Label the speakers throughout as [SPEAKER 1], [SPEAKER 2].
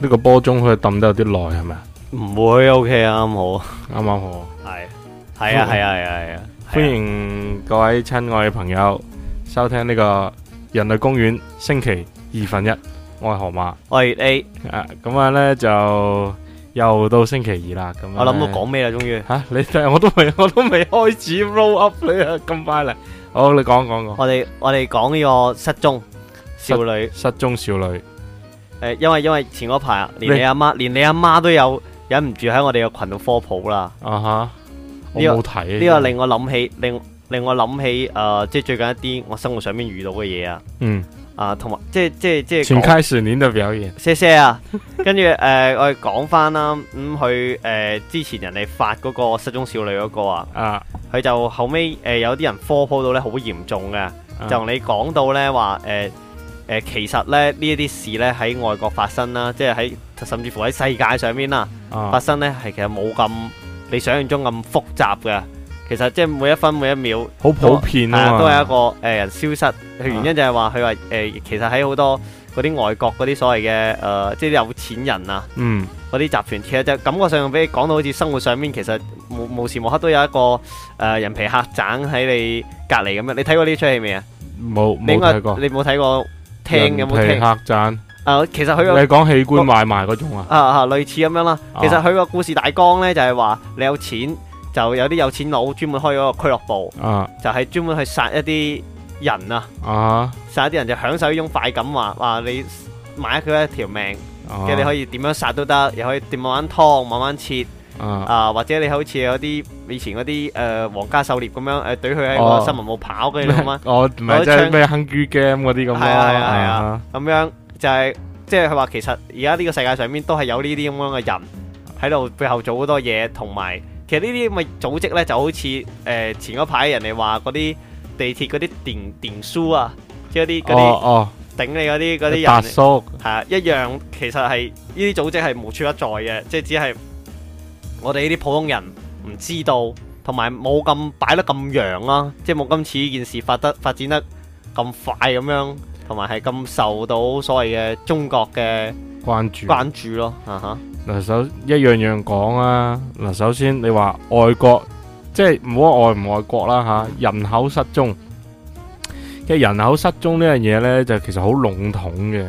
[SPEAKER 1] 呢個波鐘可以揼得有啲耐係咪啊？
[SPEAKER 2] 唔會 OK 啊，啱好。
[SPEAKER 1] 啱啱好，
[SPEAKER 2] 係係啊係啊係啊係啊，
[SPEAKER 1] 歡迎各位親愛嘅朋友收聽呢個人類公園星期二分一，我係河馬
[SPEAKER 2] 我係 A，
[SPEAKER 1] 啊，咁樣呢就又到星期二啦，咁樣
[SPEAKER 2] 我諗
[SPEAKER 1] 呢
[SPEAKER 2] 到講咩啦，終於。
[SPEAKER 1] 吓你真係我都未 我都未開始 roll up 你啊，咁快嚟，好你講講講
[SPEAKER 2] 我哋我哋講呢個失蹤少女，
[SPEAKER 1] 失蹤少女，
[SPEAKER 2] 誒，因為因為前嗰排連
[SPEAKER 1] 你
[SPEAKER 2] 你阿媽連你阿媽都有忍唔住喺我哋個群度科普啦。
[SPEAKER 1] 啊哈，我
[SPEAKER 2] 呢個
[SPEAKER 1] 冇睇
[SPEAKER 2] 呢個令我諗起令令我諗起誒，即係最近一啲我生活上面遇到嘅嘢啊，
[SPEAKER 1] 嗯，
[SPEAKER 2] 啊，同埋即係即係即係
[SPEAKER 1] 前
[SPEAKER 2] 講。
[SPEAKER 1] 開始您的表演，
[SPEAKER 2] 謝謝啊， 跟住誒、呃我哋講翻啦，咁、佢誒、呃之前人哋發嗰個失蹤少女嗰個啊，
[SPEAKER 1] 啊，
[SPEAKER 2] 佢就後尾誒、呃有啲人科普到咧好嚴重
[SPEAKER 1] 啊
[SPEAKER 2] 嘅，就同你講到咧話誒誒其實咧呢一啲事咧喺外國發生啦，即係喺甚至乎喺世界上面啦發
[SPEAKER 1] 啊
[SPEAKER 2] 生咧係其實冇咁你想象中咁複雜嘅，其實即係每一分每一秒。
[SPEAKER 1] 好普遍啊嘛，
[SPEAKER 2] 都係一個誒、呃人消失。佢原因就係話佢話誒，其實喺好多嗰啲外國嗰啲所謂嘅誒、呃即係有錢人啊，
[SPEAKER 1] 嗯。
[SPEAKER 2] 嗰啲集團，其實就感覺上俾你講到好似生活上面，其實無無時無刻都有一個誒、呃人皮客棧喺你隔離咁樣。你睇過呢出戲未啊？
[SPEAKER 1] 冇
[SPEAKER 2] 你
[SPEAKER 1] 冇
[SPEAKER 2] 應該
[SPEAKER 1] 睇過，
[SPEAKER 2] 你冇睇過聽有冇
[SPEAKER 1] 人皮
[SPEAKER 2] 聽？啊、
[SPEAKER 1] 客棧？
[SPEAKER 2] 其實佢個
[SPEAKER 1] 你講器官買賣嗰種啊？
[SPEAKER 2] 啊啊，類似咁樣啦。
[SPEAKER 1] 啊
[SPEAKER 2] 其實佢個故事大綱呢，就係話你有錢，就有啲有錢佬專門開嗰個俱樂部，
[SPEAKER 1] 啊
[SPEAKER 2] 就係、專門去殺一啲人啊。
[SPEAKER 1] 啊
[SPEAKER 2] 殺一啲人就享受呢種快感，話話你買佢一條命，
[SPEAKER 1] 啊！
[SPEAKER 2] 嘅、你可以點樣殺都得，又可以點慢慢劏、慢慢切
[SPEAKER 1] 啊
[SPEAKER 2] 啊，或者你好似有啲以前嗰啲誒皇家狩獵咁樣誒，呃懟佢喺
[SPEAKER 1] 哦
[SPEAKER 2] 個森林度跑跟住咁 樣，
[SPEAKER 1] 我唔係即係咩 Hungry Game 嗰啲咁咯，
[SPEAKER 2] 係啊係啊係啊
[SPEAKER 1] 啊
[SPEAKER 2] 咁樣就係、即係佢話其實而家呢個世界上面都係有呢啲咁樣嘅人喺度背後做好多嘢，同埋其實呢啲咁嘅組織呢，就好似誒、呃前嗰排人哋話嗰啲地鐵嗰啲電電書啊，即係嗰啲嗰啲
[SPEAKER 1] 哦
[SPEAKER 2] 頂你嗰啲嗰
[SPEAKER 1] 哦，
[SPEAKER 2] 啲
[SPEAKER 1] 達
[SPEAKER 2] 人。
[SPEAKER 1] 叔
[SPEAKER 2] 係啊，一樣其實係呢啲組織係無處不在嘅，即係只係我哋呢啲普通人唔知道，同埋冇咁擺得咁揚啦，即係冇今次呢件事發得發展得咁快咁樣，同埋係咁受到所謂嘅中國嘅
[SPEAKER 1] 關注。
[SPEAKER 2] 關注咯，啊哈，
[SPEAKER 1] 嗱，首一樣樣講啊。嗱，首先你話外國，即係唔好話愛唔愛國啦嚇，人口失蹤。其實人口失蹤呢樣嘢呢，就其實好籠統嘅。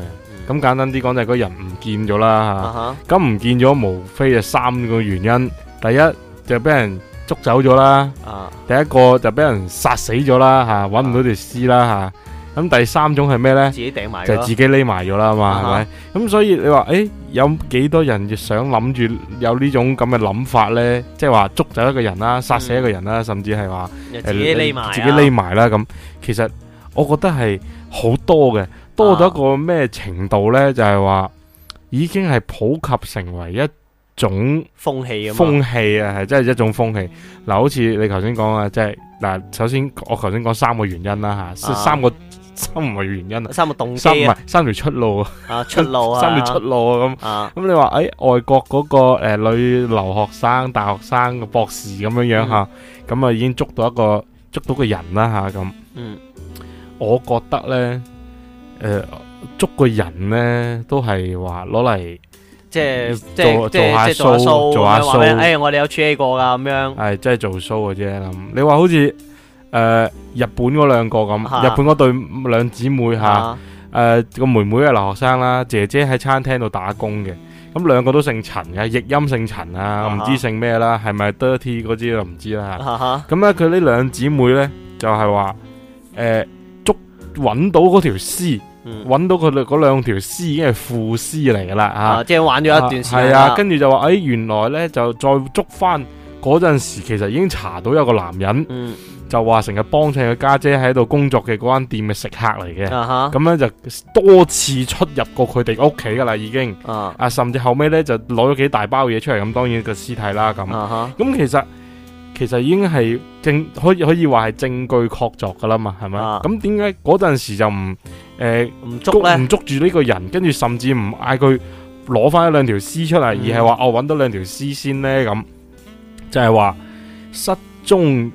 [SPEAKER 1] 咁簡單啲講就係嗰人唔見咗啦嚇。
[SPEAKER 2] 啊哈，
[SPEAKER 1] 咁唔見咗，無非就三個原因。第一就俾人捉走咗啦，
[SPEAKER 2] 啊
[SPEAKER 1] 第一個就俾人殺死咗啦，嚇揾唔到條屍啦，嚇。咁第三種係咩呢
[SPEAKER 2] 自？己頂埋
[SPEAKER 1] 就
[SPEAKER 2] 咗
[SPEAKER 1] 係
[SPEAKER 2] 啦
[SPEAKER 1] 自，己匿埋咗啦嘛，
[SPEAKER 2] 啊
[SPEAKER 1] 係
[SPEAKER 2] 哈
[SPEAKER 1] 咪？咁所以你話，誒有幾多人想諗住有呢種咁嘅諗法呢？即係話捉走一個人啦，殺死一個人啦，甚至係話。
[SPEAKER 2] 又
[SPEAKER 1] 誒
[SPEAKER 2] 自己匿埋啊，
[SPEAKER 1] 呃自己匿埋啦咁。其實我覺得係好多嘅，多到一個咩程度呢？就係話已經係普及成為一種
[SPEAKER 2] 風氣咁啊，嗯
[SPEAKER 1] 風氣啊，係真係一種風氣。嗱，好似你頭先講啊，即係嗱，首先我頭先講三個原因啦嚇，
[SPEAKER 2] 啊
[SPEAKER 1] 三個三唔係原因啊，
[SPEAKER 2] 三個動
[SPEAKER 1] 三唔
[SPEAKER 2] 機
[SPEAKER 1] 係
[SPEAKER 2] 啊，
[SPEAKER 1] 三條出路啊，
[SPEAKER 2] 啊出路啊，
[SPEAKER 1] 三條出路啊咁。
[SPEAKER 2] 啊，
[SPEAKER 1] 咁你話誒、哎外國嗰、個、呃、女留學生、大學生、博士咁樣樣嚇，咁啊、已經捉到一個捉到個人啦嚇咁。
[SPEAKER 2] 嗯
[SPEAKER 1] 我覺得呢，誒、捉個人呢都係話攞嚟
[SPEAKER 2] 即係
[SPEAKER 1] 做
[SPEAKER 2] 即係即
[SPEAKER 1] 做下
[SPEAKER 2] 係即係
[SPEAKER 1] show，做
[SPEAKER 2] 做
[SPEAKER 1] 下
[SPEAKER 2] 下 show，咁樣話俾人
[SPEAKER 1] show
[SPEAKER 2] 哎我哋有處理過㗎咁樣。
[SPEAKER 1] 係真係做 show 嘅啫。咁你話好似誒、呃日本嗰兩個咁，
[SPEAKER 2] 啊
[SPEAKER 1] 日本嗰對兩姊妹嚇。
[SPEAKER 2] 啊
[SPEAKER 1] 誒個妹妹係留學生啦，姐姐喺餐廳度打工嘅，咁兩個都姓陳嘅，譯音姓陳啊，
[SPEAKER 2] 啊
[SPEAKER 1] 唔知姓咩啦，係咪 dirty 嗰啲就唔知啦。
[SPEAKER 2] 哈哈，
[SPEAKER 1] 咁咧佢呢兩姊妹呢，就係話誒捉揾到嗰條屍，
[SPEAKER 2] 嗯，
[SPEAKER 1] 揾到佢哋嗰兩條屍已經係腐屍嚟噶啦嚇。
[SPEAKER 2] 啊，即係玩咗一段時間
[SPEAKER 1] 係啊，
[SPEAKER 2] 啦，
[SPEAKER 1] 跟住就話誒、哎原來呢，就再捉翻嗰陣時，其實已經查到有個男人
[SPEAKER 2] 嗯
[SPEAKER 1] 就話成日幫襯佢家姐喺度工作嘅嗰間店嘅食客嚟嘅。
[SPEAKER 2] 啊
[SPEAKER 1] 咁樣就多次出入過佢哋屋企噶啦，已經
[SPEAKER 2] 哈，啊
[SPEAKER 1] 啊，甚至後尾呢，就攞咗幾大包嘢出嚟，咁當然個屍體啦咁。咁、
[SPEAKER 2] 啊哈，
[SPEAKER 1] 其實其實已經係證可以可以話係證據確鑿噶啦嘛，係咪？
[SPEAKER 2] 啊
[SPEAKER 1] 咁點解嗰陣時就唔誒
[SPEAKER 2] 唔捉咧，
[SPEAKER 1] 唔捉住呢個人，跟住甚至唔嗌佢攞翻一兩條屍出嚟，
[SPEAKER 2] 嗯
[SPEAKER 1] 而係話哦揾到兩條屍先呢？咁，就係話失蹤。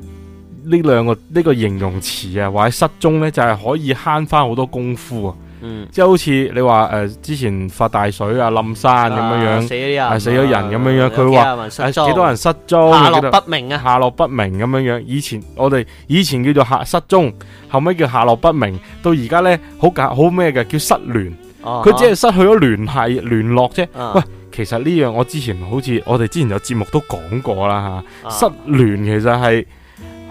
[SPEAKER 1] 呢兩個呢、個形容詞啊，或者失蹤呢，就係可以慳翻好多功夫啊！
[SPEAKER 2] 嗯，
[SPEAKER 1] 即係好似你話诶之前發大水啊、冧山咁樣
[SPEAKER 2] 啊
[SPEAKER 1] 樣，
[SPEAKER 2] 死咗啲
[SPEAKER 1] 係
[SPEAKER 2] 人，
[SPEAKER 1] 死咗人咁樣樣佢話
[SPEAKER 2] 有
[SPEAKER 1] 诶
[SPEAKER 2] 幾
[SPEAKER 1] 幾多人失蹤，
[SPEAKER 2] 下落
[SPEAKER 1] 幾多
[SPEAKER 2] 不明啊，
[SPEAKER 1] 下落不明咁樣樣。以前我哋以前叫做下失蹤，後尾叫下落不明，到而家呢，好簡好咩嘅叫失聯。
[SPEAKER 2] 佢
[SPEAKER 1] 佢只係失去咗聯繫聯絡啫。
[SPEAKER 2] 喂
[SPEAKER 1] 喂其實呢樣我之前好似我哋之前有節目都講過啦
[SPEAKER 2] 啊
[SPEAKER 1] 吓，失聯其實係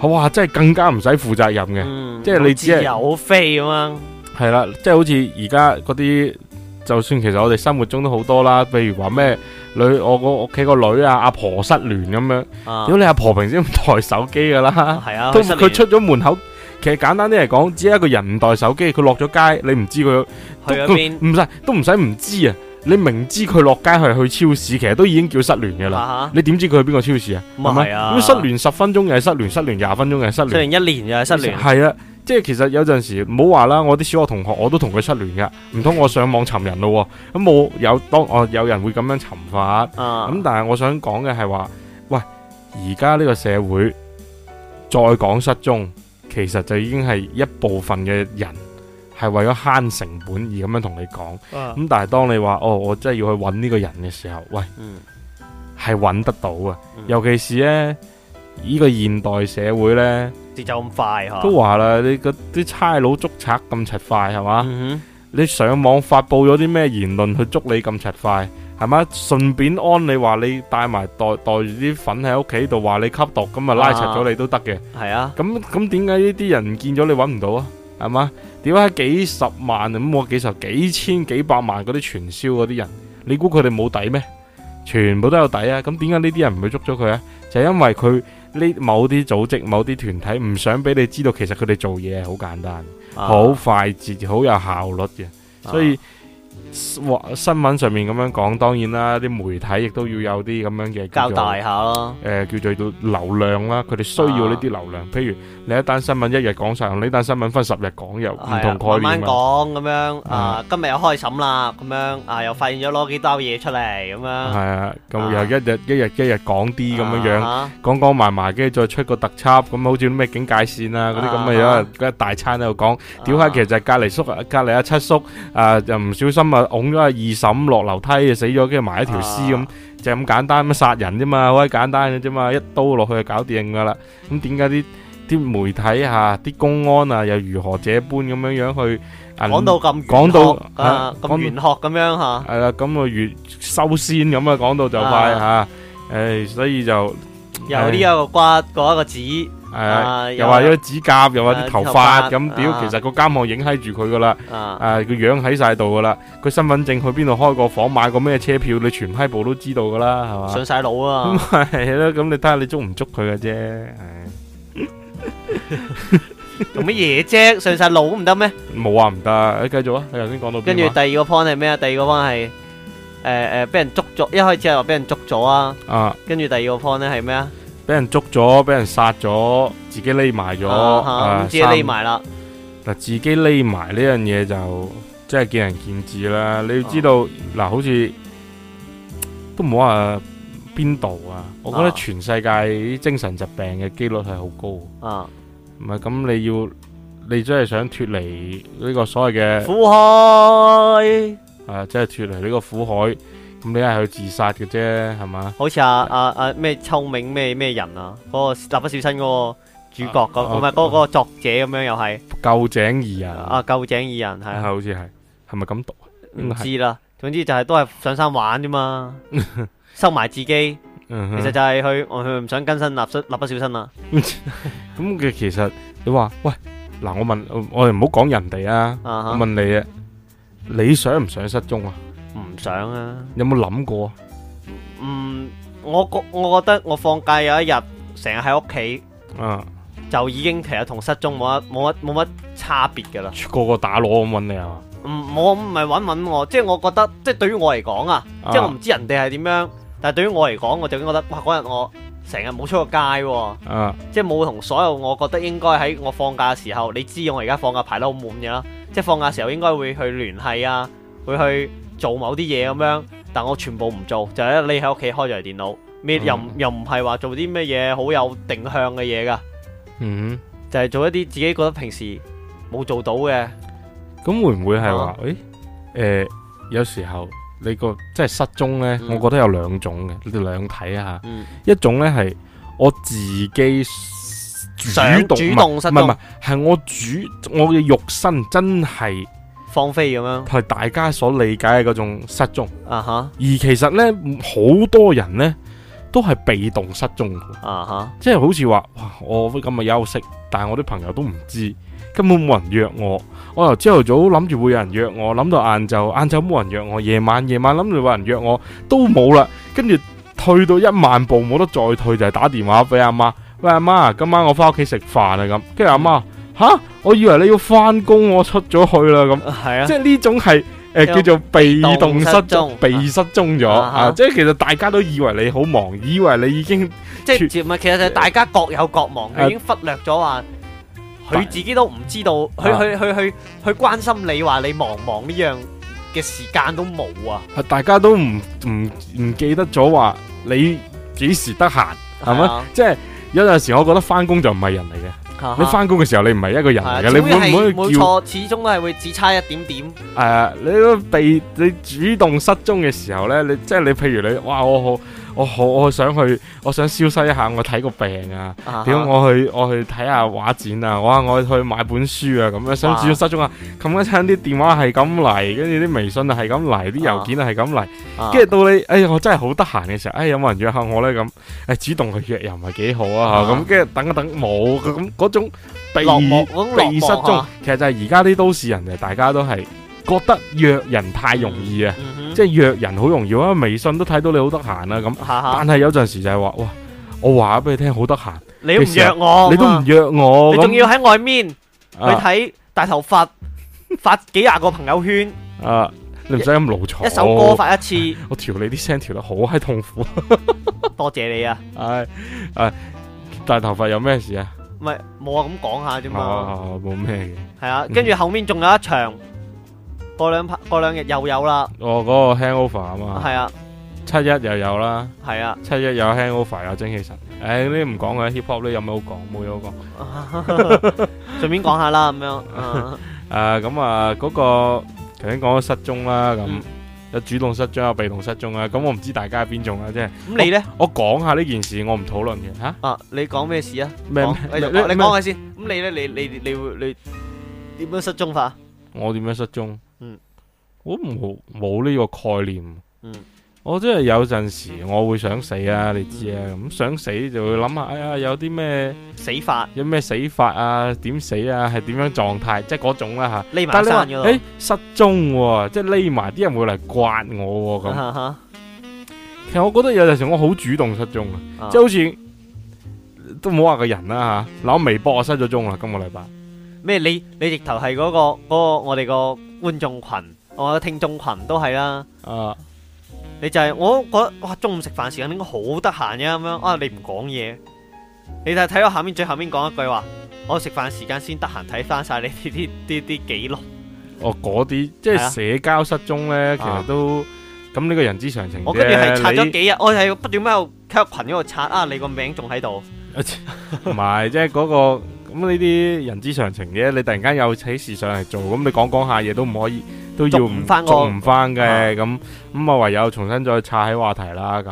[SPEAKER 1] 哇真係更加唔使負責任嘅，
[SPEAKER 2] 嘅
[SPEAKER 1] 即係你只係
[SPEAKER 2] 有飛咁樣，
[SPEAKER 1] 係啦，即係好似而家嗰啲。就算其實我哋生活中都好多啦，譬如話咩女，我個屋企個女啊，阿婆失聯咁樣，
[SPEAKER 2] 啊
[SPEAKER 1] 屌你阿婆平時都唔袋手機噶啦，
[SPEAKER 2] 係啊，
[SPEAKER 1] 都
[SPEAKER 2] 失
[SPEAKER 1] 佢
[SPEAKER 2] 聯
[SPEAKER 1] 出咗門口，其實簡單啲嚟講，只係一個人唔帶手機，佢落咗街，你唔知佢
[SPEAKER 2] 去咗
[SPEAKER 1] 都
[SPEAKER 2] 邊
[SPEAKER 1] 唔使都唔使唔知啊！你明知佢落街係去超市，其實都已經叫失聯嘅啦。
[SPEAKER 2] 啦，
[SPEAKER 1] 你點知佢去邊個超市啊？
[SPEAKER 2] 啊咁
[SPEAKER 1] 係
[SPEAKER 2] 啊
[SPEAKER 1] 咪
[SPEAKER 2] 係啊
[SPEAKER 1] 咁失聯十分鐘又係失聯，失聯廿分鐘又係失
[SPEAKER 2] 失
[SPEAKER 1] 聯，
[SPEAKER 2] 聯一年又係失聯，
[SPEAKER 1] 係啊！即係其實有陣時唔好話啦，我啲小學同學我都同佢失聯嘅，唔通我上網尋人咯喎？咁冇有當我有人會咁樣尋法。
[SPEAKER 2] 啊
[SPEAKER 1] 咁但係我想講嘅係話，喂，而家呢個社會再講失蹤，其實就已經係一部分嘅人係為咗慳成本而咁樣同你講。
[SPEAKER 2] 啊
[SPEAKER 1] 咁但係當你話哦，我真係要去揾呢個人嘅時候，喂，
[SPEAKER 2] 嗯
[SPEAKER 1] 係揾得到啊！
[SPEAKER 2] 嗯
[SPEAKER 1] 尤其是呢，呢、個現代社會呢，
[SPEAKER 2] 節奏咁快嚇，
[SPEAKER 1] 都話啦，你嗰啲差佬捉賊咁柒快係嘛？
[SPEAKER 2] 嗯
[SPEAKER 1] 你上網發布咗啲咩言論去捉你咁柒快，係咪？順便安你話你帶埋袋袋住啲粉喺屋企度，話你吸毒咁啊拉柒咗你都得嘅。
[SPEAKER 2] 哼係啊，
[SPEAKER 1] 咁咁點解呢啲人唔見咗你揾唔到啊？係嘛？點解幾十萬咁我幾十幾千幾百萬嗰啲傳銷嗰啲人，你估佢哋冇底咩？全部都有底啊！咁點解呢啲人唔去捉咗佢啊？就係因為佢呢某啲組織、某啲團體唔想俾你知道，其實佢哋做嘢係好簡單、
[SPEAKER 2] 啊
[SPEAKER 1] 好快捷、好有效率嘅。所以哇新聞上面咁樣講，當然啦，啲媒體亦都要有啲咁樣嘅叫
[SPEAKER 2] 交
[SPEAKER 1] 做
[SPEAKER 2] 代下咯，
[SPEAKER 1] 誒、叫做到流量啦，佢哋需要呢啲流量。譬如你一單新聞一日講晒，呢單新聞分十日講又唔同概
[SPEAKER 2] 係啊
[SPEAKER 1] 念
[SPEAKER 2] 慢
[SPEAKER 1] 啊
[SPEAKER 2] 慢講咁樣啊
[SPEAKER 1] 啊，
[SPEAKER 2] 今日又開審啦，咁樣啊又發現咗攞幾兜嘢出嚟咁樣
[SPEAKER 1] 係。啊，
[SPEAKER 2] 啊
[SPEAKER 1] 咁又一日一日一日講啲咁樣樣，
[SPEAKER 2] 啊
[SPEAKER 1] 講講埋埋，跟住再出個特輯，咁好似咩警戒線啊嗰啲咁嘅
[SPEAKER 2] 啊
[SPEAKER 1] 樣，嗰一大餐喺度講，屌閪，其實就係隔離叔、隔離阿七叔，啊又唔小心啊，拱咗阿二嬸落樓梯死咗，跟住埋一條屍咁。
[SPEAKER 2] 啊
[SPEAKER 1] 就咁簡單咁殺人啫嘛，好閪簡單嘅啫嘛，一刀落去就搞掂噶啦。咁點解啲啲媒體啊、啲公安啊又如何這般咁樣樣去銀
[SPEAKER 2] 講到咁玄
[SPEAKER 1] 講到
[SPEAKER 2] 學啊
[SPEAKER 1] 啊
[SPEAKER 2] 咁
[SPEAKER 1] 講
[SPEAKER 2] 玄學咁樣啊嚇，
[SPEAKER 1] 係啦？咁我越修仙咁啊，講到就快嚇。誒，所以就
[SPEAKER 2] 由呢一個骨嗰一個指
[SPEAKER 1] 誒，
[SPEAKER 2] 啊，
[SPEAKER 1] 又話咗指甲，又話
[SPEAKER 2] 啊
[SPEAKER 1] 啲頭
[SPEAKER 2] 頭髮
[SPEAKER 1] 髮咁
[SPEAKER 2] 啊
[SPEAKER 1] 屌，其實個監控影閪住佢噶啦。
[SPEAKER 2] 啊
[SPEAKER 1] 誒，個樣喺晒度噶啦，佢身份證去邊度開過房，買過咩車票，你全閪部都知道噶啦，係嘛？
[SPEAKER 2] 上晒腦啊
[SPEAKER 1] 咁， 係咯，咁你睇下你捉唔捉佢嘅啫，係。
[SPEAKER 2] 做乜嘢啫？上晒腦都唔得咩？
[SPEAKER 1] 冇啊，唔得，你繼續啊，你頭先講到邊啊
[SPEAKER 2] 跟住第二個 point 係咩啊？第二個 point 係誒誒俾人捉咗，一開始係話俾人捉咗啊，
[SPEAKER 1] 啊，
[SPEAKER 2] 跟住第二個 point 咧係咩啊？
[SPEAKER 1] 俾人捉咗，俾人殺咗，自己匿埋咗，
[SPEAKER 2] 啊咁
[SPEAKER 1] 啊
[SPEAKER 2] 自己匿。埋啦，
[SPEAKER 1] 三嗱，自己匿埋呢樣嘢就即係見仁見智啦。你要知
[SPEAKER 2] 哦
[SPEAKER 1] 道，嗱，好似都唔好話邊度啊，我覺
[SPEAKER 2] 啊
[SPEAKER 1] 得全世界啲精神疾病嘅機率係好高。唔
[SPEAKER 2] 啊
[SPEAKER 1] 係咁，你要你真係想脱離呢個所謂嘅。
[SPEAKER 2] 苦海，
[SPEAKER 1] 啊，即係脱離呢個苦海，咁你係去自殺嘅啫，係嘛？
[SPEAKER 2] 好似阿阿阿咩秋明咩咩人啊，嗰個《蠟筆小新》嗰個主角嗰
[SPEAKER 1] 啊
[SPEAKER 2] 唔係嗰個嗰個作者咁樣又係。
[SPEAKER 1] 救井二人
[SPEAKER 2] 啊，舊井二人
[SPEAKER 1] 啊
[SPEAKER 2] 係
[SPEAKER 1] 好似係，係咪咁讀啊？應
[SPEAKER 2] 唔
[SPEAKER 1] 該係
[SPEAKER 2] 知啦。總之就係都係上山玩 啫嘛，收埋自己。其
[SPEAKER 1] 嗯哼
[SPEAKER 2] 實就係佢，我佢唔想更新蠟筆蠟筆小新啊啦。
[SPEAKER 1] 咁嘅其實你話喂，嗱，我問我我哋唔好講人哋啊，
[SPEAKER 2] 啊
[SPEAKER 1] 我
[SPEAKER 2] 哈，
[SPEAKER 1] 問你啊，你想唔想失蹤啊？
[SPEAKER 2] 唔想啊。
[SPEAKER 1] 有冇諗過啊？
[SPEAKER 2] 嗯，我覺我覺得我放假有一日成日喺屋企，
[SPEAKER 1] 啊，
[SPEAKER 2] 就已經其實同失蹤冇乜冇乜冇乜差別㗎啦。
[SPEAKER 1] 個個打攞咁揾你係啊嘛？
[SPEAKER 2] 唔，我唔係揾揾我，即係我覺得，即係對於我嚟講啊，
[SPEAKER 1] 啊
[SPEAKER 2] 即係我唔知人哋係點樣，但係對於我嚟講，我就已經覺得，哇！嗰日我成日冇出過街喎、
[SPEAKER 1] 啊，
[SPEAKER 2] 即係冇同所有我覺得應該喺我放假嘅時候，你知我而家放假排得好滿嘅啦，即係放假時候應該會去聯繫啊，會去做某啲嘢咁樣，但我全部唔做，就係匿喺屋企開住台電腦，咩又唔
[SPEAKER 1] 嗯
[SPEAKER 2] 又唔係話做啲咩嘢好有定向嘅嘢㗎，
[SPEAKER 1] 嗯
[SPEAKER 2] 就係做一啲自己覺得平時冇做到嘅，
[SPEAKER 1] 哼，咁會唔會係話
[SPEAKER 2] 啊
[SPEAKER 1] 誒誒有時候你個即係失蹤呢，
[SPEAKER 2] 嗯
[SPEAKER 1] 我覺得有兩種嘅，你哋兩睇啊嚇。
[SPEAKER 2] 嗯，
[SPEAKER 1] 一種呢係我自己
[SPEAKER 2] 想
[SPEAKER 1] 動，
[SPEAKER 2] 主
[SPEAKER 1] 唔係
[SPEAKER 2] 動失
[SPEAKER 1] 唔係唔係
[SPEAKER 2] 蹤，
[SPEAKER 1] 係我主我嘅肉身真係
[SPEAKER 2] 放飛咁樣
[SPEAKER 1] 係大家所理解嘅嗰種失蹤。
[SPEAKER 2] 啊哈
[SPEAKER 1] 而其實呢，好多人呢都係被動失蹤嘅，
[SPEAKER 2] 啊哈，
[SPEAKER 1] 即係好似話哇，我今日休息，但係我啲朋友都唔知，根本冇人約我。我由朝頭早諗住會有人約我，諗到晏晝，晏晝冇人約我，夜晚夜晚諗住有人約我，都冇啦。跟住退到一萬步冇得再退，就係、打電話俾阿媽，喂阿媽，今晚我翻屋企食飯啊咁。跟住阿媽，吓，我以為你要翻工，我出咗去啦咁。
[SPEAKER 2] 係啊
[SPEAKER 1] 即，係呢種係誒
[SPEAKER 2] 有
[SPEAKER 1] 叫做被動失
[SPEAKER 2] 被動
[SPEAKER 1] 蹤
[SPEAKER 2] 失蹤，
[SPEAKER 1] 被失蹤咗
[SPEAKER 2] 啊
[SPEAKER 1] 啊！即係其實大家都以為你好忙，以為你已經
[SPEAKER 2] 即係唔係其實就係大家各有各忙，
[SPEAKER 1] 誒
[SPEAKER 2] 佢已經忽略咗話。佢自己都唔知道，佢
[SPEAKER 1] 啊
[SPEAKER 2] 佢佢佢佢關心你話你忙唔忙呢樣嘅時間都冇啊，
[SPEAKER 1] 大家都唔唔唔記得咗話你幾時得閒，係
[SPEAKER 2] 係
[SPEAKER 1] 咪？
[SPEAKER 2] 啊
[SPEAKER 1] 即係有陣時我覺得翻工就唔係人嚟嘅，
[SPEAKER 2] 啊
[SPEAKER 1] 你
[SPEAKER 2] 哈
[SPEAKER 1] 翻工嘅時候你唔係一個人嚟嘅，
[SPEAKER 2] 係
[SPEAKER 1] 你
[SPEAKER 2] 總之係
[SPEAKER 1] 會唔會
[SPEAKER 2] 冇
[SPEAKER 1] 叫
[SPEAKER 2] 錯，始終都係會只差一點點。
[SPEAKER 1] 誒？你都被你主動失蹤嘅時候呢，你即係你譬如你哇，我好我好我想去，我想消失一下，我睇個病啊。
[SPEAKER 2] 啊哈
[SPEAKER 1] 屌！我去我去睇下畫展啊！哇！我去買本書啊！咁樣想
[SPEAKER 2] 哇
[SPEAKER 1] 主要失蹤啊！冚一餐啲電話係咁嚟，跟住啲微信啊係咁嚟，啲郵
[SPEAKER 2] 啊
[SPEAKER 1] 件啊係咁嚟，
[SPEAKER 2] 啊
[SPEAKER 1] 跟住到你，哎呀我真係好得閒嘅時候，哎有冇人約下我呢？咁？哎主動去約又唔係幾好啊！
[SPEAKER 2] 啊
[SPEAKER 1] 咁跟住等一等冇咁嗰種被
[SPEAKER 2] 落寞嗰種落
[SPEAKER 1] 被
[SPEAKER 2] 寞
[SPEAKER 1] 失蹤
[SPEAKER 2] 啊，
[SPEAKER 1] 其實就係而家啲都市人就大家都係覺得約人太容易啊，
[SPEAKER 2] 嗯哼
[SPEAKER 1] 即係約人好容易啊，微信都睇到你好得閒啊咁，
[SPEAKER 2] 嚇嚇
[SPEAKER 1] 但係有陣時就係話哇，我話俾你聽好得閒。
[SPEAKER 2] 你都唔
[SPEAKER 1] 其實
[SPEAKER 2] 約我，
[SPEAKER 1] 你都唔
[SPEAKER 2] 咁啊
[SPEAKER 1] 約我，
[SPEAKER 2] 你
[SPEAKER 1] 咁
[SPEAKER 2] 仲要喺外 面去
[SPEAKER 1] 啊
[SPEAKER 2] 睇大頭髮，發幾廿個朋友圈，
[SPEAKER 1] 啊！你唔使咁勞嘈，
[SPEAKER 2] 一首歌發一次，
[SPEAKER 1] 我調你啲聲調得好閪痛苦，
[SPEAKER 2] 多謝你啊！
[SPEAKER 1] 唉唉，大頭髮有咩事啊？
[SPEAKER 2] 唔係冇啊，咁講下啫嘛，
[SPEAKER 1] 哦，冇咩嘅，
[SPEAKER 2] 係啊，跟住後面仲有一場，過兩排過兩日又有啦，
[SPEAKER 1] 我嗰個 Ờ, hangover 啊嘛，
[SPEAKER 2] 係啊
[SPEAKER 1] 七一又有啦，
[SPEAKER 2] 係啊，
[SPEAKER 1] 七一有 hangover 有精氣神，唉，呢啲唔講嘅 hip hop 呢有咩好講，冇嘢好講。
[SPEAKER 2] 順便講下啦咁樣，啊
[SPEAKER 1] 誒咁啊，嗰個頭先講咗失蹤啦，咁
[SPEAKER 2] 嗯
[SPEAKER 1] 有主動失蹤，有被動失蹤啦，咁我唔知大家係邊種啊，即係
[SPEAKER 2] 咁你呢？
[SPEAKER 1] 我講下呢件事，我唔討論嘅嚇
[SPEAKER 2] 啊，你講咩事啊？
[SPEAKER 1] 咩
[SPEAKER 2] 講
[SPEAKER 1] 咩
[SPEAKER 2] 你
[SPEAKER 1] 咩
[SPEAKER 2] 講你
[SPEAKER 1] 咩
[SPEAKER 2] 講下先。咁你咧，你你你你會你點樣失蹤法啊？
[SPEAKER 1] 我點樣失蹤？
[SPEAKER 2] 嗯
[SPEAKER 1] 我冇冇呢個概念。
[SPEAKER 2] 嗯
[SPEAKER 1] 我真係有陣時我會想死啊，你知啊。咁想死就會諗下，哎呀，有啲咩
[SPEAKER 2] 死法
[SPEAKER 1] 有咩死法啊？點死啊？係點樣狀態？即係嗰種啦吓。
[SPEAKER 2] 匿埋
[SPEAKER 1] 但係
[SPEAKER 2] 山
[SPEAKER 1] 你
[SPEAKER 2] 嗰
[SPEAKER 1] 話，
[SPEAKER 2] 度。
[SPEAKER 1] 誒失蹤喎，即係匿埋，啲人會嚟刮我喎咁。
[SPEAKER 2] 啊哈
[SPEAKER 1] 其實我覺得有陣時我好主動失蹤啊，
[SPEAKER 2] 啊
[SPEAKER 1] 即係好似都冇話個人啦吓。嗱，我微博我失咗蹤啦，今個禮拜。
[SPEAKER 2] 咩？你你直頭係嗰個嗰個我哋個觀眾群，我嘅聽眾群都係啦。
[SPEAKER 1] 啊，
[SPEAKER 2] 你就係我覺得哇，中午食飯時間應該好得閒嘅咁樣啊！你唔講嘢，你就係睇到下面最後面講一句話，我食飯時間先得閒睇翻晒你啲啲啲啲記錄。
[SPEAKER 1] 我哦嗰啲即
[SPEAKER 2] 係
[SPEAKER 1] 係
[SPEAKER 2] 啊
[SPEAKER 1] 社交失蹤呢，其實
[SPEAKER 2] 啊
[SPEAKER 1] 都咁呢個人之常情啫。
[SPEAKER 2] 我跟住係刷咗
[SPEAKER 1] 你
[SPEAKER 2] 幾日，我係不斷喺度喺個群嗰度刷啊！你個名仲喺度，
[SPEAKER 1] 唔係，即係嗰個咁呢啲人之常情嘅。你突然間有起事上嚟做，咁你講講下嘢都唔可以，都要
[SPEAKER 2] 捉唔返個
[SPEAKER 1] 捉唔翻
[SPEAKER 2] 啊
[SPEAKER 1] 嘅。咁咁啊，唯有重新再岔起話題啦。咁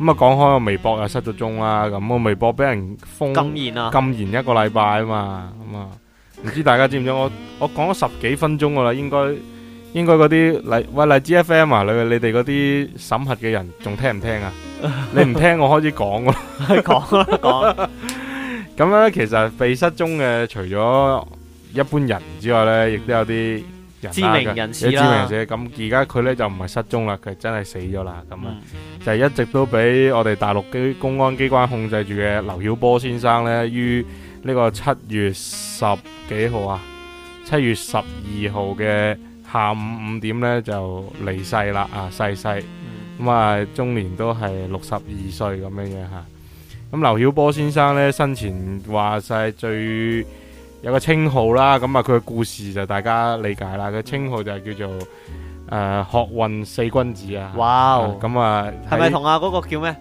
[SPEAKER 1] 咁啊，講開個微博又失咗蹤啦。咁個微博俾人封
[SPEAKER 2] 禁言 啊！
[SPEAKER 1] 禁言一個禮拜啊嘛。咁啊，唔知大家知唔知？我我講咗十幾分鐘噶啦，應該應該嗰啲荔喂荔枝 FM 啊，你你哋嗰啲審核嘅人仲聽唔聽 啊？你唔聽我開始講㗎啦
[SPEAKER 2] 講啦， 講
[SPEAKER 1] 咁咧，其實被失蹤嘅除咗一般人之外咧，亦都有啲人啦
[SPEAKER 2] 知名人士啦
[SPEAKER 1] 有知名人士咁而家佢咧就唔係失蹤啦，佢真係死咗啦。
[SPEAKER 2] 嗯
[SPEAKER 1] 咁啊，就係一直都俾我哋大陸機公安機關控制住嘅劉曉波先生咧，於呢個七月十幾號啊，七月十二號嘅下午五點咧就離世啦啊，逝世。
[SPEAKER 2] 嗯
[SPEAKER 1] 咁啊，中年都係六十二歲咁樣樣嚇。咁啊劉曉波先生呢，生前話晒最有個稱號啦，咁啊佢嘅故事就大家理解啦。佢稱號就係叫做誒、呃、學運四君子啊。
[SPEAKER 2] 哇
[SPEAKER 1] 啊
[SPEAKER 2] 哦，
[SPEAKER 1] 咁啊，
[SPEAKER 2] 係咪
[SPEAKER 1] 喺
[SPEAKER 2] 同啊嗰個叫咩？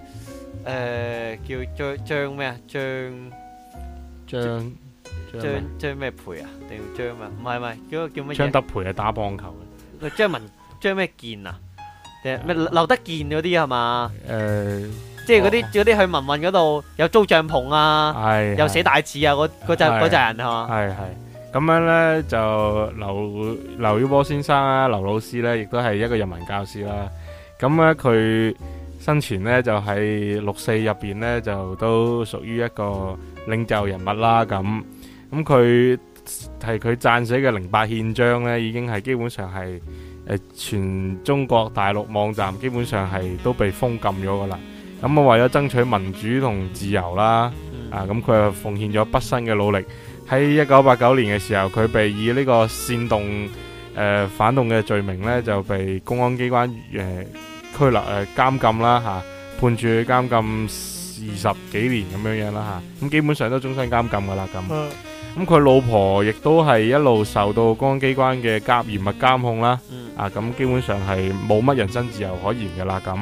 [SPEAKER 2] 誒，叫張張咩啊？張
[SPEAKER 1] 張張
[SPEAKER 2] 張張咩培啊？定張啊？唔係唔係，嗰個叫乜
[SPEAKER 1] 張
[SPEAKER 2] 嘢？
[SPEAKER 1] 德培係打棒球
[SPEAKER 2] 喂張文張咩健啊？定係咩劉德健嗰啲係嘛？
[SPEAKER 1] 嘅，誒
[SPEAKER 2] 即係嗰啲
[SPEAKER 1] 哦
[SPEAKER 2] 嗰啲去民運嗰度有租帳篷啊，
[SPEAKER 1] 係
[SPEAKER 2] 有寫大字啊，嗰嗰陣
[SPEAKER 1] 係
[SPEAKER 2] 嗰陣人係嘛？
[SPEAKER 1] 係係咁樣咧，就劉劉曉波先生啊，劉老師咧，亦都係一個人民教師啦。咁咧，佢生前咧就喺、六四入邊咧，就都屬於一個領袖人物啦。咁咁佢係佢撰寫嘅零八憲章咧，已經係基本上係誒、呃全中國大陸網站基本上係都被封禁咗噶啦。咁啊，為咗爭取民主同自由啦。
[SPEAKER 2] 嗯
[SPEAKER 1] 啊，咁佢係奉獻咗畢生嘅努力。喺一九八九年嘅時候，佢被以呢個煽動誒、呃反動嘅罪名呢，就被公安機關誒、呃、拘留誒、呃、監禁啦嚇、判處監禁二十幾年咁樣樣啦嚇。咁、基本上都終身監禁噶啦咁。
[SPEAKER 2] 嗯
[SPEAKER 1] 咁佢老婆亦都係一路受到公安機關嘅監嚴密監控啦。
[SPEAKER 2] 嗯
[SPEAKER 1] 啊，咁基本上係冇乜人身自由可言嘅啦，咁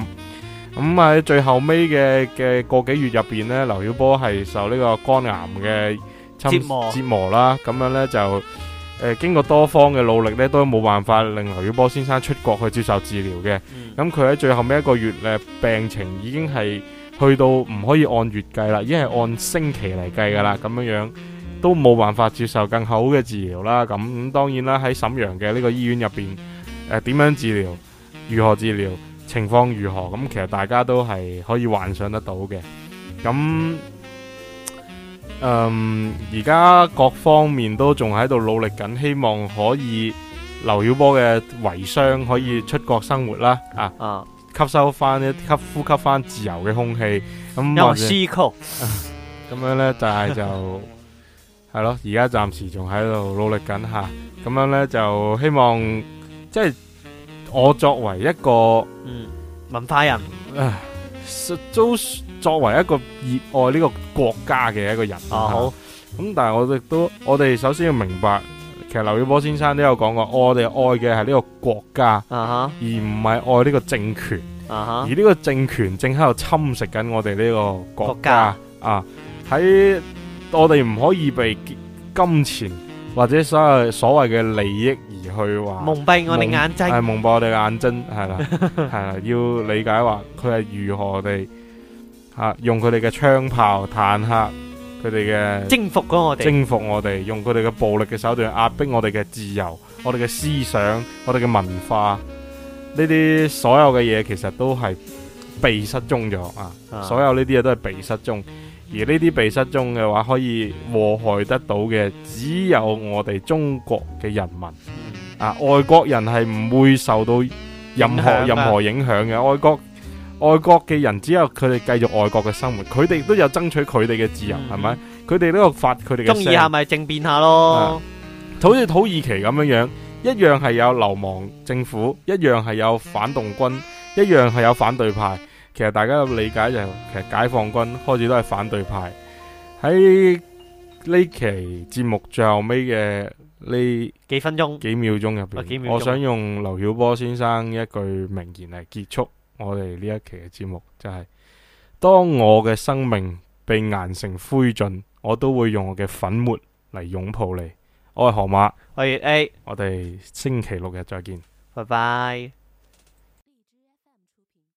[SPEAKER 1] 咁喺最後尾嘅嘅個幾月入邊呢，劉曉波係受呢個肝癌嘅侵
[SPEAKER 2] 折磨
[SPEAKER 1] 折磨啦，咁樣呢，就誒、呃、經過多方嘅努力呢，都冇辦法令劉曉波先生出國去接受治療嘅。
[SPEAKER 2] 嗯
[SPEAKER 1] 咁佢喺最後尾一個月咧，病情已經係去到唔可以按月計啦，已經係按星期嚟計噶啦，咁樣樣都冇辦法接受更好嘅治療啦。咁咁當然啦，喺瀋陽嘅呢個醫院入邊，誒、點樣治療，如何治療，情況如何，咁其實大家都係可以幻想得到嘅。咁嗯，而家各方面都仲喺度努力緊，希望可以劉曉波嘅遺孀可以出國生活啦，啊，
[SPEAKER 2] 啊，
[SPEAKER 1] 吸收翻一吸呼吸翻自由嘅空氣，咁
[SPEAKER 2] 因為
[SPEAKER 1] 或者
[SPEAKER 2] C 曲。
[SPEAKER 1] 咁樣呢，但係 就係咯，而家暫時仲喺度努力緊吓，咁樣呢，就希望即係我作為一個。
[SPEAKER 2] 嗯，文化人，
[SPEAKER 1] 唉，實都作為一個熱愛呢個國家嘅一個人
[SPEAKER 2] 啊好，
[SPEAKER 1] 咁但係我亦都，我哋首先要明白，其實劉曉波先生都有講過，我哋愛嘅係呢個國家，
[SPEAKER 2] 啊
[SPEAKER 1] 而唔係愛呢個政權，
[SPEAKER 2] 哈啊
[SPEAKER 1] 而
[SPEAKER 2] 哈，
[SPEAKER 1] 呢個政權正喺度侵蝕緊我哋呢個國
[SPEAKER 2] 國
[SPEAKER 1] 家
[SPEAKER 2] 家
[SPEAKER 1] 啊！喺我哋唔可以被金錢或者所謂所謂嘅利益而去話
[SPEAKER 2] 蒙蔽我哋
[SPEAKER 1] 蒙
[SPEAKER 2] 眼睛
[SPEAKER 1] 係。蒙蔽我哋嘅眼睛，係 啦，係啦，要理解話佢係如何地吓、啊用佢哋嘅槍炮、坦克，佢哋嘅
[SPEAKER 2] 征服咗我哋。
[SPEAKER 1] 征服我哋，用佢哋嘅暴力嘅手段壓迫我哋嘅自由、我哋嘅思想、我哋嘅文化，呢啲所有嘅嘢其實都係被失蹤咗啊！
[SPEAKER 2] 啊
[SPEAKER 1] 所有呢啲嘢都係被失蹤，而呢啲被失蹤嘅話，可以禍害得到嘅只有我哋中國嘅人民。啊，外國人係唔會受到任何
[SPEAKER 2] 影響㗎啊
[SPEAKER 1] 任何影響嘅。外國外國嘅人只有佢哋繼續外國嘅生活，佢哋都有爭取佢哋嘅自由，
[SPEAKER 2] 嗯
[SPEAKER 1] 係咪？佢哋呢個發佢哋嘅
[SPEAKER 2] 中意下
[SPEAKER 1] 聲，
[SPEAKER 2] 咪政變下咯。
[SPEAKER 1] 好似土耳其咁樣樣，一樣係有流亡政府，一樣係有反動軍，一樣係有反對派。其實大家嘅理解就係、其實解放軍開始都係反對派。喺呢期節目最後尾嘅呢
[SPEAKER 2] 幾分鐘。
[SPEAKER 1] 幾秒鐘入
[SPEAKER 2] 啊幾
[SPEAKER 1] 邊，
[SPEAKER 2] 秒鐘
[SPEAKER 1] 我想用劉曉波先生一句名言嚟結束我哋呢一期嘅節目，就係、當我嘅生命被研成灰燼，我都會用我嘅粉末嚟擁抱你。我係河馬，
[SPEAKER 2] 我係 A，
[SPEAKER 1] 我哋星期六日再見。
[SPEAKER 2] 拜拜。